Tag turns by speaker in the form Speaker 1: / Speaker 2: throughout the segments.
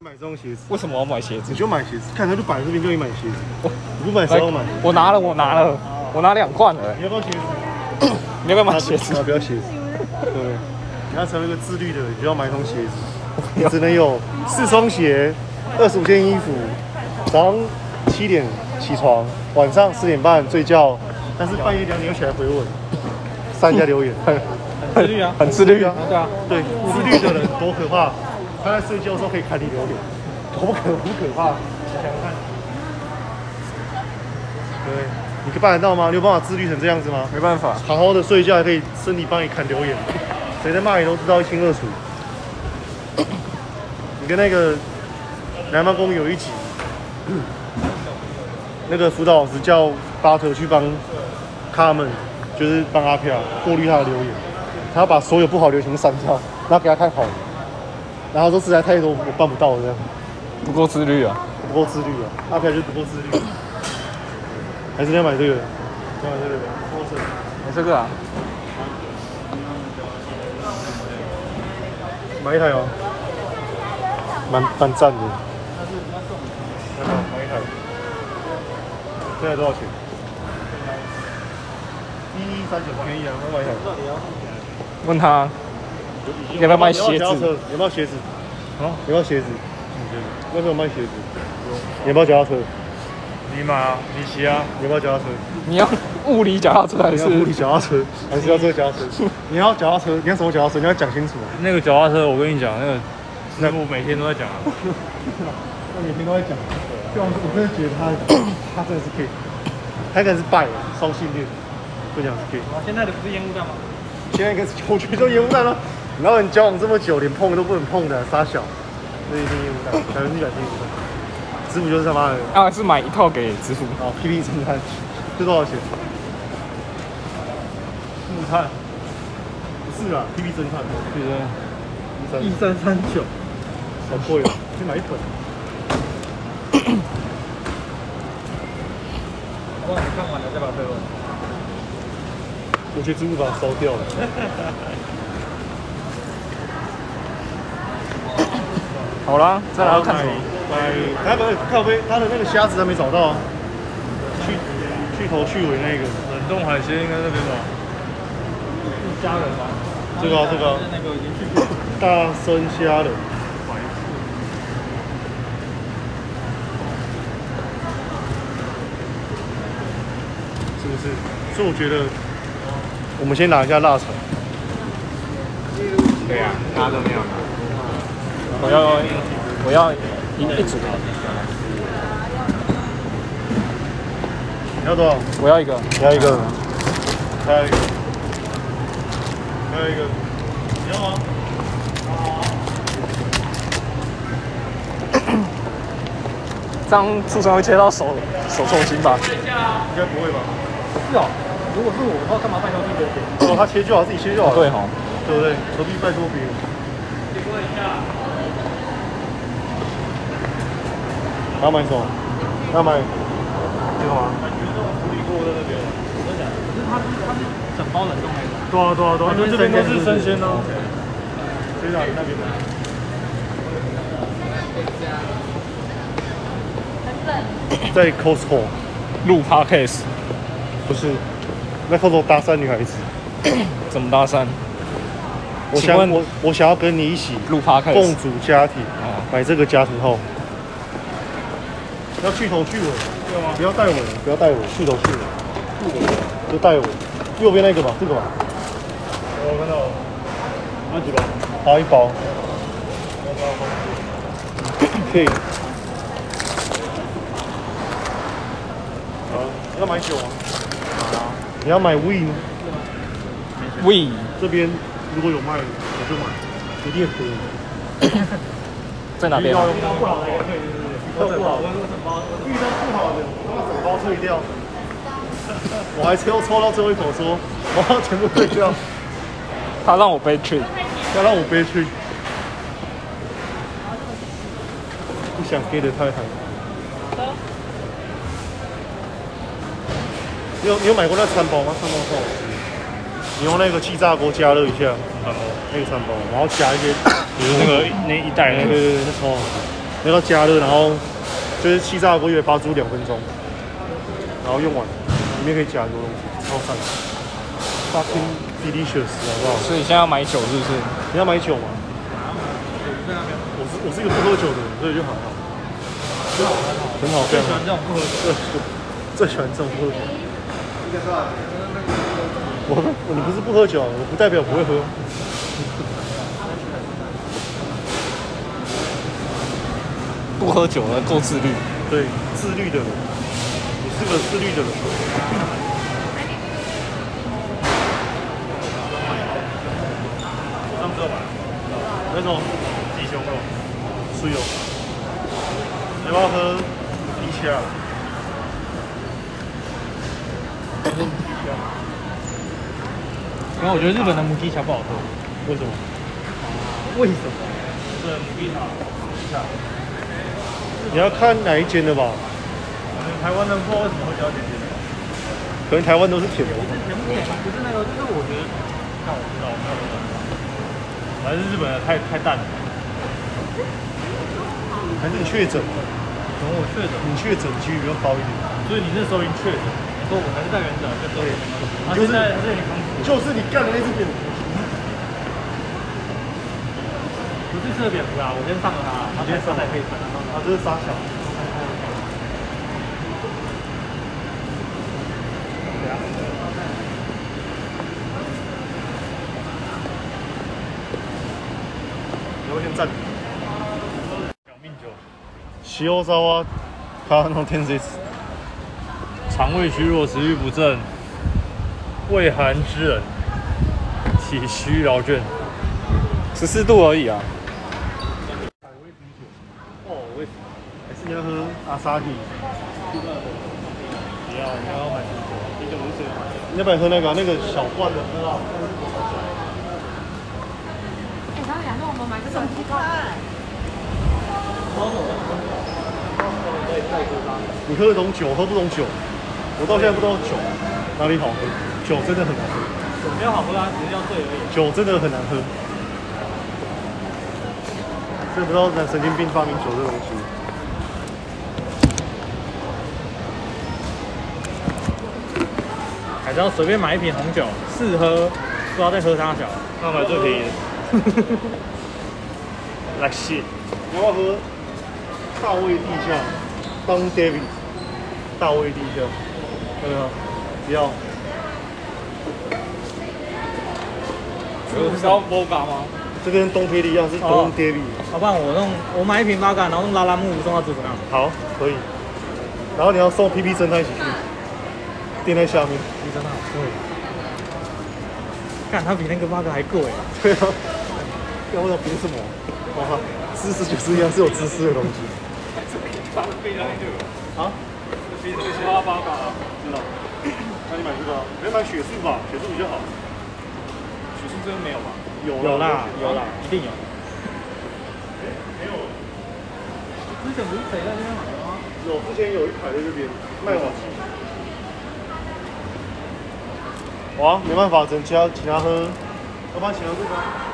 Speaker 1: 买这种鞋子，
Speaker 2: 为什么要买鞋子
Speaker 1: 你？就买鞋子，看他就摆这边就会买鞋子，你不买谁要买？
Speaker 2: 我拿了，我拿了，我拿两罐了。
Speaker 1: 你要不要鞋子？
Speaker 2: 你要不要买鞋子？
Speaker 1: 啊，不要鞋子，对，你要成为一个自律的人，就要买一双鞋子， 你只能有四双鞋，二十五件衣服，早上七点起床，晚上十点半睡觉，但是半夜两点又起来回我，删一下留言，
Speaker 2: 自律 啊，很自律啊。对啊，
Speaker 1: 对，自律的人多可怕，他在睡觉的时候可以看你留言，多可不可怕？想想看，对，你可以办得到吗？你有办法自律成这样子吗？
Speaker 2: 没办法，
Speaker 1: 好好的睡觉，还可以身体帮你砍留言，谁在骂你都知道一清二楚。你跟那个南方公有一集，那个辅导老师叫巴特去帮他们，就是帮阿飘过滤他的留言，他要把所有不好留言全部删掉，然后给他看好的，然后说实在太多我办不到的这样。
Speaker 2: 不够自律啊。
Speaker 1: 不够自律啊，阿飘就是不够自律，还是你要买这个，要买这个，我操！
Speaker 2: 你这个啊，
Speaker 1: 买一台哦，蛮蛮赞的。买一台，这台多少钱？一一三九便宜啊，我买一台。
Speaker 2: 问他要不要卖鞋子
Speaker 1: 有没有脚踏车有没有鞋子？
Speaker 2: 哦
Speaker 1: 有没有鞋子？有没有卖鞋子？有没有脚踏车？
Speaker 3: 你买啊，你骑啊，
Speaker 1: 有没有脚踏车？
Speaker 2: 你要物理脚踏车还
Speaker 1: 你要物理
Speaker 2: 是？
Speaker 1: 脚踏车， 还是要这个脚踏 车？你要脚踏车，你要什么脚踏车？你要讲清楚啊。
Speaker 3: 那个脚踏车，我跟你讲，那个师傅每天都在讲 啊，
Speaker 1: 他每天都在讲，对啊，我真的觉得他他真的是 gay，他真的是败了，双性恋，不讲是 gay。
Speaker 3: 现在的不是烟雾弹吗？
Speaker 1: 现在跟我觉得就烟雾弹了，然后你交往这么久，连碰都不能碰的，傻小，这一定烟雾弹，百分之百是烟雾弹。师傅就是他妈的，
Speaker 2: 啊，是买一套给支付。
Speaker 1: 哦，霹雳侦探，这多少钱？木炭，不是啊，霹雳侦探，
Speaker 3: 就是
Speaker 1: 一
Speaker 3: 三三九，
Speaker 1: 好贵哦，去买一本。
Speaker 3: 好，你看完了再把推问。
Speaker 1: 我觉得植物把它烧掉了。
Speaker 2: 好啦，再来要看什么？
Speaker 1: 买他不是靠背，他的那个虾子还没找到啊，去去头去尾那个，
Speaker 3: 冷冻海鲜应该那边吧？一家人吧。
Speaker 1: 这个啊这个啊
Speaker 3: 那个已经去过。
Speaker 1: 大生虾的。是不是？所以我觉得，我们先拿一下腊肠，
Speaker 2: 对啊，大家都没有拿。我要，我要一一组，
Speaker 1: 你要多少？
Speaker 2: 我要一个。
Speaker 1: 要一个，还有一个，还有一个，你要吗？
Speaker 2: 这样出生会切到手手抽筋吧？
Speaker 1: 应该不会吧？
Speaker 2: 是哦，如果是我的话，干嘛拜托这个？
Speaker 1: 哦，他切就好，自己切就好了。
Speaker 2: 对哦，
Speaker 1: 对不对？何必拜托别人？你问一下。要买什么？要买这个吗？
Speaker 3: 整包冷冻海鲜。
Speaker 1: 对啊对啊对啊，因为这边都是生鲜哦。
Speaker 3: OK
Speaker 1: 谁打那边的？在 Costco
Speaker 2: 录 podcast
Speaker 1: 不是，在 Costco 搭讪女孩子。
Speaker 2: 怎么搭讪？
Speaker 1: 我
Speaker 2: 请
Speaker 1: 想
Speaker 2: 问
Speaker 1: 我我想要跟你一起
Speaker 2: 录
Speaker 1: 共
Speaker 2: podcast
Speaker 1: 组家庭，
Speaker 2: 啊？
Speaker 1: 买这个家庭号。要去头去尾，不要带尾，不要带尾，去头去尾，就带尾。右边那个吧，这个吧，哦
Speaker 3: 我看到了，
Speaker 1: 那几包？好，一包。可以。好，要买酒吗？啊你要买 win，
Speaker 2: 喂，
Speaker 1: 这边如果有卖，我就买，一定可以。
Speaker 2: 在哪边啊？
Speaker 1: 遇到不好的也可以，遇到不好的，遇到不好的，我把整包退掉。我还抽抽到最后一口说，我要全部退掉，
Speaker 2: 他让我被 trick，
Speaker 1: 要让我憋屈。不想给的太狠。你有你有买过那餐包吗？餐包很好吃。你用那个气炸锅加热一下，那个餐包，然后夹一些，
Speaker 3: 就是那个那一袋
Speaker 1: 对
Speaker 3: 那
Speaker 1: 对
Speaker 3: 个，
Speaker 1: 对，那超好吃。要到加热，然后就是气炸锅一百八十度两分钟，然后用完，里面可以加很多东西，超赞，fucking delicious，好不好？
Speaker 2: 所以现在要买酒是不是？
Speaker 1: 你要买酒吗？我是我是一个不喝酒的人，所以就还好，很好，非
Speaker 3: 最
Speaker 1: 常
Speaker 3: 喜
Speaker 1: 好
Speaker 3: 欢。这种不合格。
Speaker 1: 最最喜欢这种喝酒。我我你不是不喝酒，啊我不代表不会喝。
Speaker 2: 不喝酒呢，够自律。
Speaker 1: 对，自律的人，你是个自律的人。上次有买那种鸡胸肉，酥油，你要不要喝一切啊？
Speaker 3: 然后我觉得日本的母鸡茶不好喝，
Speaker 1: 为什么？
Speaker 3: 为什么？对，母鸡茶，
Speaker 1: 你要看哪一间的吧？
Speaker 3: 台湾的不知道为什么会比较甜甜的。
Speaker 1: 可能台湾都是铁的。
Speaker 3: 甜不甜？不是那个，就是我觉得，但我不知道，我没有喝。还是日本的太太淡了，
Speaker 1: 还是你确诊，
Speaker 3: 等我确诊，
Speaker 1: 你确诊几率比较高一点。
Speaker 3: 所以你那时候已经确诊，你说我还是带原者，就说
Speaker 1: 对
Speaker 3: 他
Speaker 1: 就是
Speaker 3: 现在还是有点康复，
Speaker 1: 就是你干的那只蝙蝠。
Speaker 3: 我这次的蝙蝠啊，我先上了它，他
Speaker 1: 你先上
Speaker 3: 才可以上，
Speaker 1: 啊，这是傻小。然后先站。
Speaker 3: 小命酒，
Speaker 1: 西欧烧啊，卡诺天使。
Speaker 3: 肠胃虚弱、食欲不振、胃寒之人，体虚劳倦。
Speaker 2: 十四度而已啊。
Speaker 1: 哦，我也还是你要喝阿萨提。
Speaker 3: 不要，不要买啤酒，啤酒不是水。
Speaker 1: 你要不要喝那个那个小罐的？喝到
Speaker 4: 哎，然后想说我们买这种鸡块，
Speaker 1: 你喝得懂酒，喝不懂酒。我到现在不知道酒哪里好喝，酒真的很难喝，
Speaker 3: 没有好喝啊，只是要醉而已。
Speaker 1: 酒真的很难喝。真的不知道神经病发明酒这东西。
Speaker 3: 还是要随便买一瓶红酒试喝，不知道在喝啥酒。那买最便宜 的。Like shit，
Speaker 1: 你要不要喝大卫地窖？Don Davis，大卫地窖，
Speaker 3: 对啊，
Speaker 1: 不要。
Speaker 3: 有是要 Boga 吗？
Speaker 1: 这跟东非的一样是 Don
Speaker 3: 哦
Speaker 1: Davis。
Speaker 3: 好不然我弄我买一瓶 Boga，然后用拉拉木送到主啊厨那。
Speaker 1: 好，可以。然后你要送 PP 侦探一起去，垫在下面。
Speaker 3: 你真的好贵。看它比那个 Boga 还贵。
Speaker 1: 对啊，要不然凭什么？好吧，知识就是一样是有知识的东西。啊？知道。那你买这个？没买雪树吧？雪树比较好。
Speaker 3: 许是真的没有吧？
Speaker 1: 有
Speaker 3: 有啦，有啦，一定有。之前不是谁在那边买的吗？
Speaker 1: 有，之前有一排在这边卖完。哇，没办法，只能请他请他喝，要不然请他这个啊。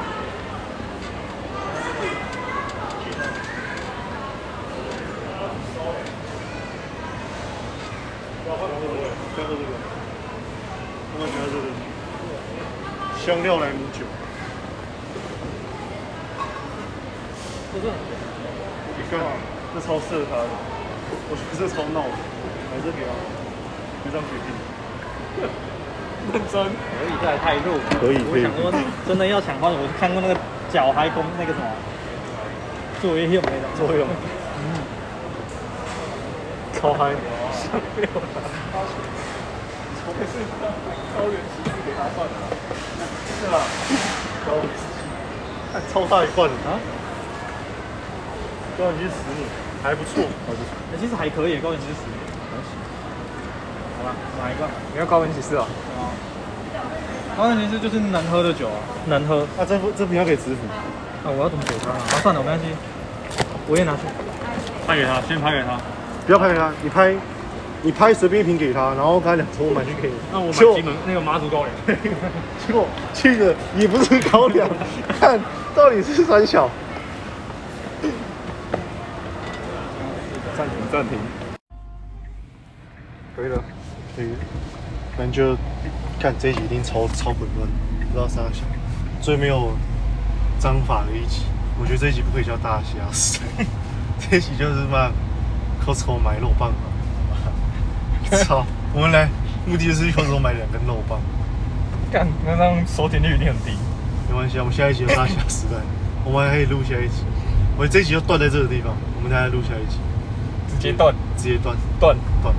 Speaker 1: 不要喝这个要不然请他这个香料莱姆酒，
Speaker 3: 不是，
Speaker 1: 你看，这超适合他的，我觉得这超闹的，买这给他，就这样决定。
Speaker 3: 认真。可以，这还太弱。
Speaker 1: 可以
Speaker 3: 我想说，真的要抢到，我是看过那个脚还弓那个什么作业用那种
Speaker 1: 作用。超嗨！超大一罐
Speaker 3: 啊，
Speaker 1: 高你去死你，还不错，还不错。
Speaker 3: 欸其实还可以，高原其实十年。好吧，哪一个？
Speaker 2: 你要高温起司哦。
Speaker 3: 高原其实就是能喝的酒啊，能喝。
Speaker 1: 那这这瓶要给子府，
Speaker 3: 啊，我要怎么给他啊？啊，算了，没关系，我也拿去。拍给他，先拍给他。
Speaker 1: 不要拍他，你拍，你拍随便一瓶给他，然后他两抽我买去给你。结果
Speaker 3: 门那个马祖高粱。
Speaker 1: 结果去的也不是高粱，看到底是三小。
Speaker 2: 暂停暂停，可以了。
Speaker 1: 对，感觉看这一集一定超超混乱，不知道啥想，最没有章法的一集。我觉得这一集不可以叫大虾， 这一集就是嘛，Costco 买肉棒嘛。 操，我们来目的就是 Costco 买两根肉棒，
Speaker 2: 干，那张收听率一定很低。
Speaker 1: 没关系啊，我们下一集有大虾时代，我们还可以录下一集。我这一集就断在这个地方，我们再来录下一集，
Speaker 2: 直接断
Speaker 1: 直接断
Speaker 2: 断。
Speaker 1: 断。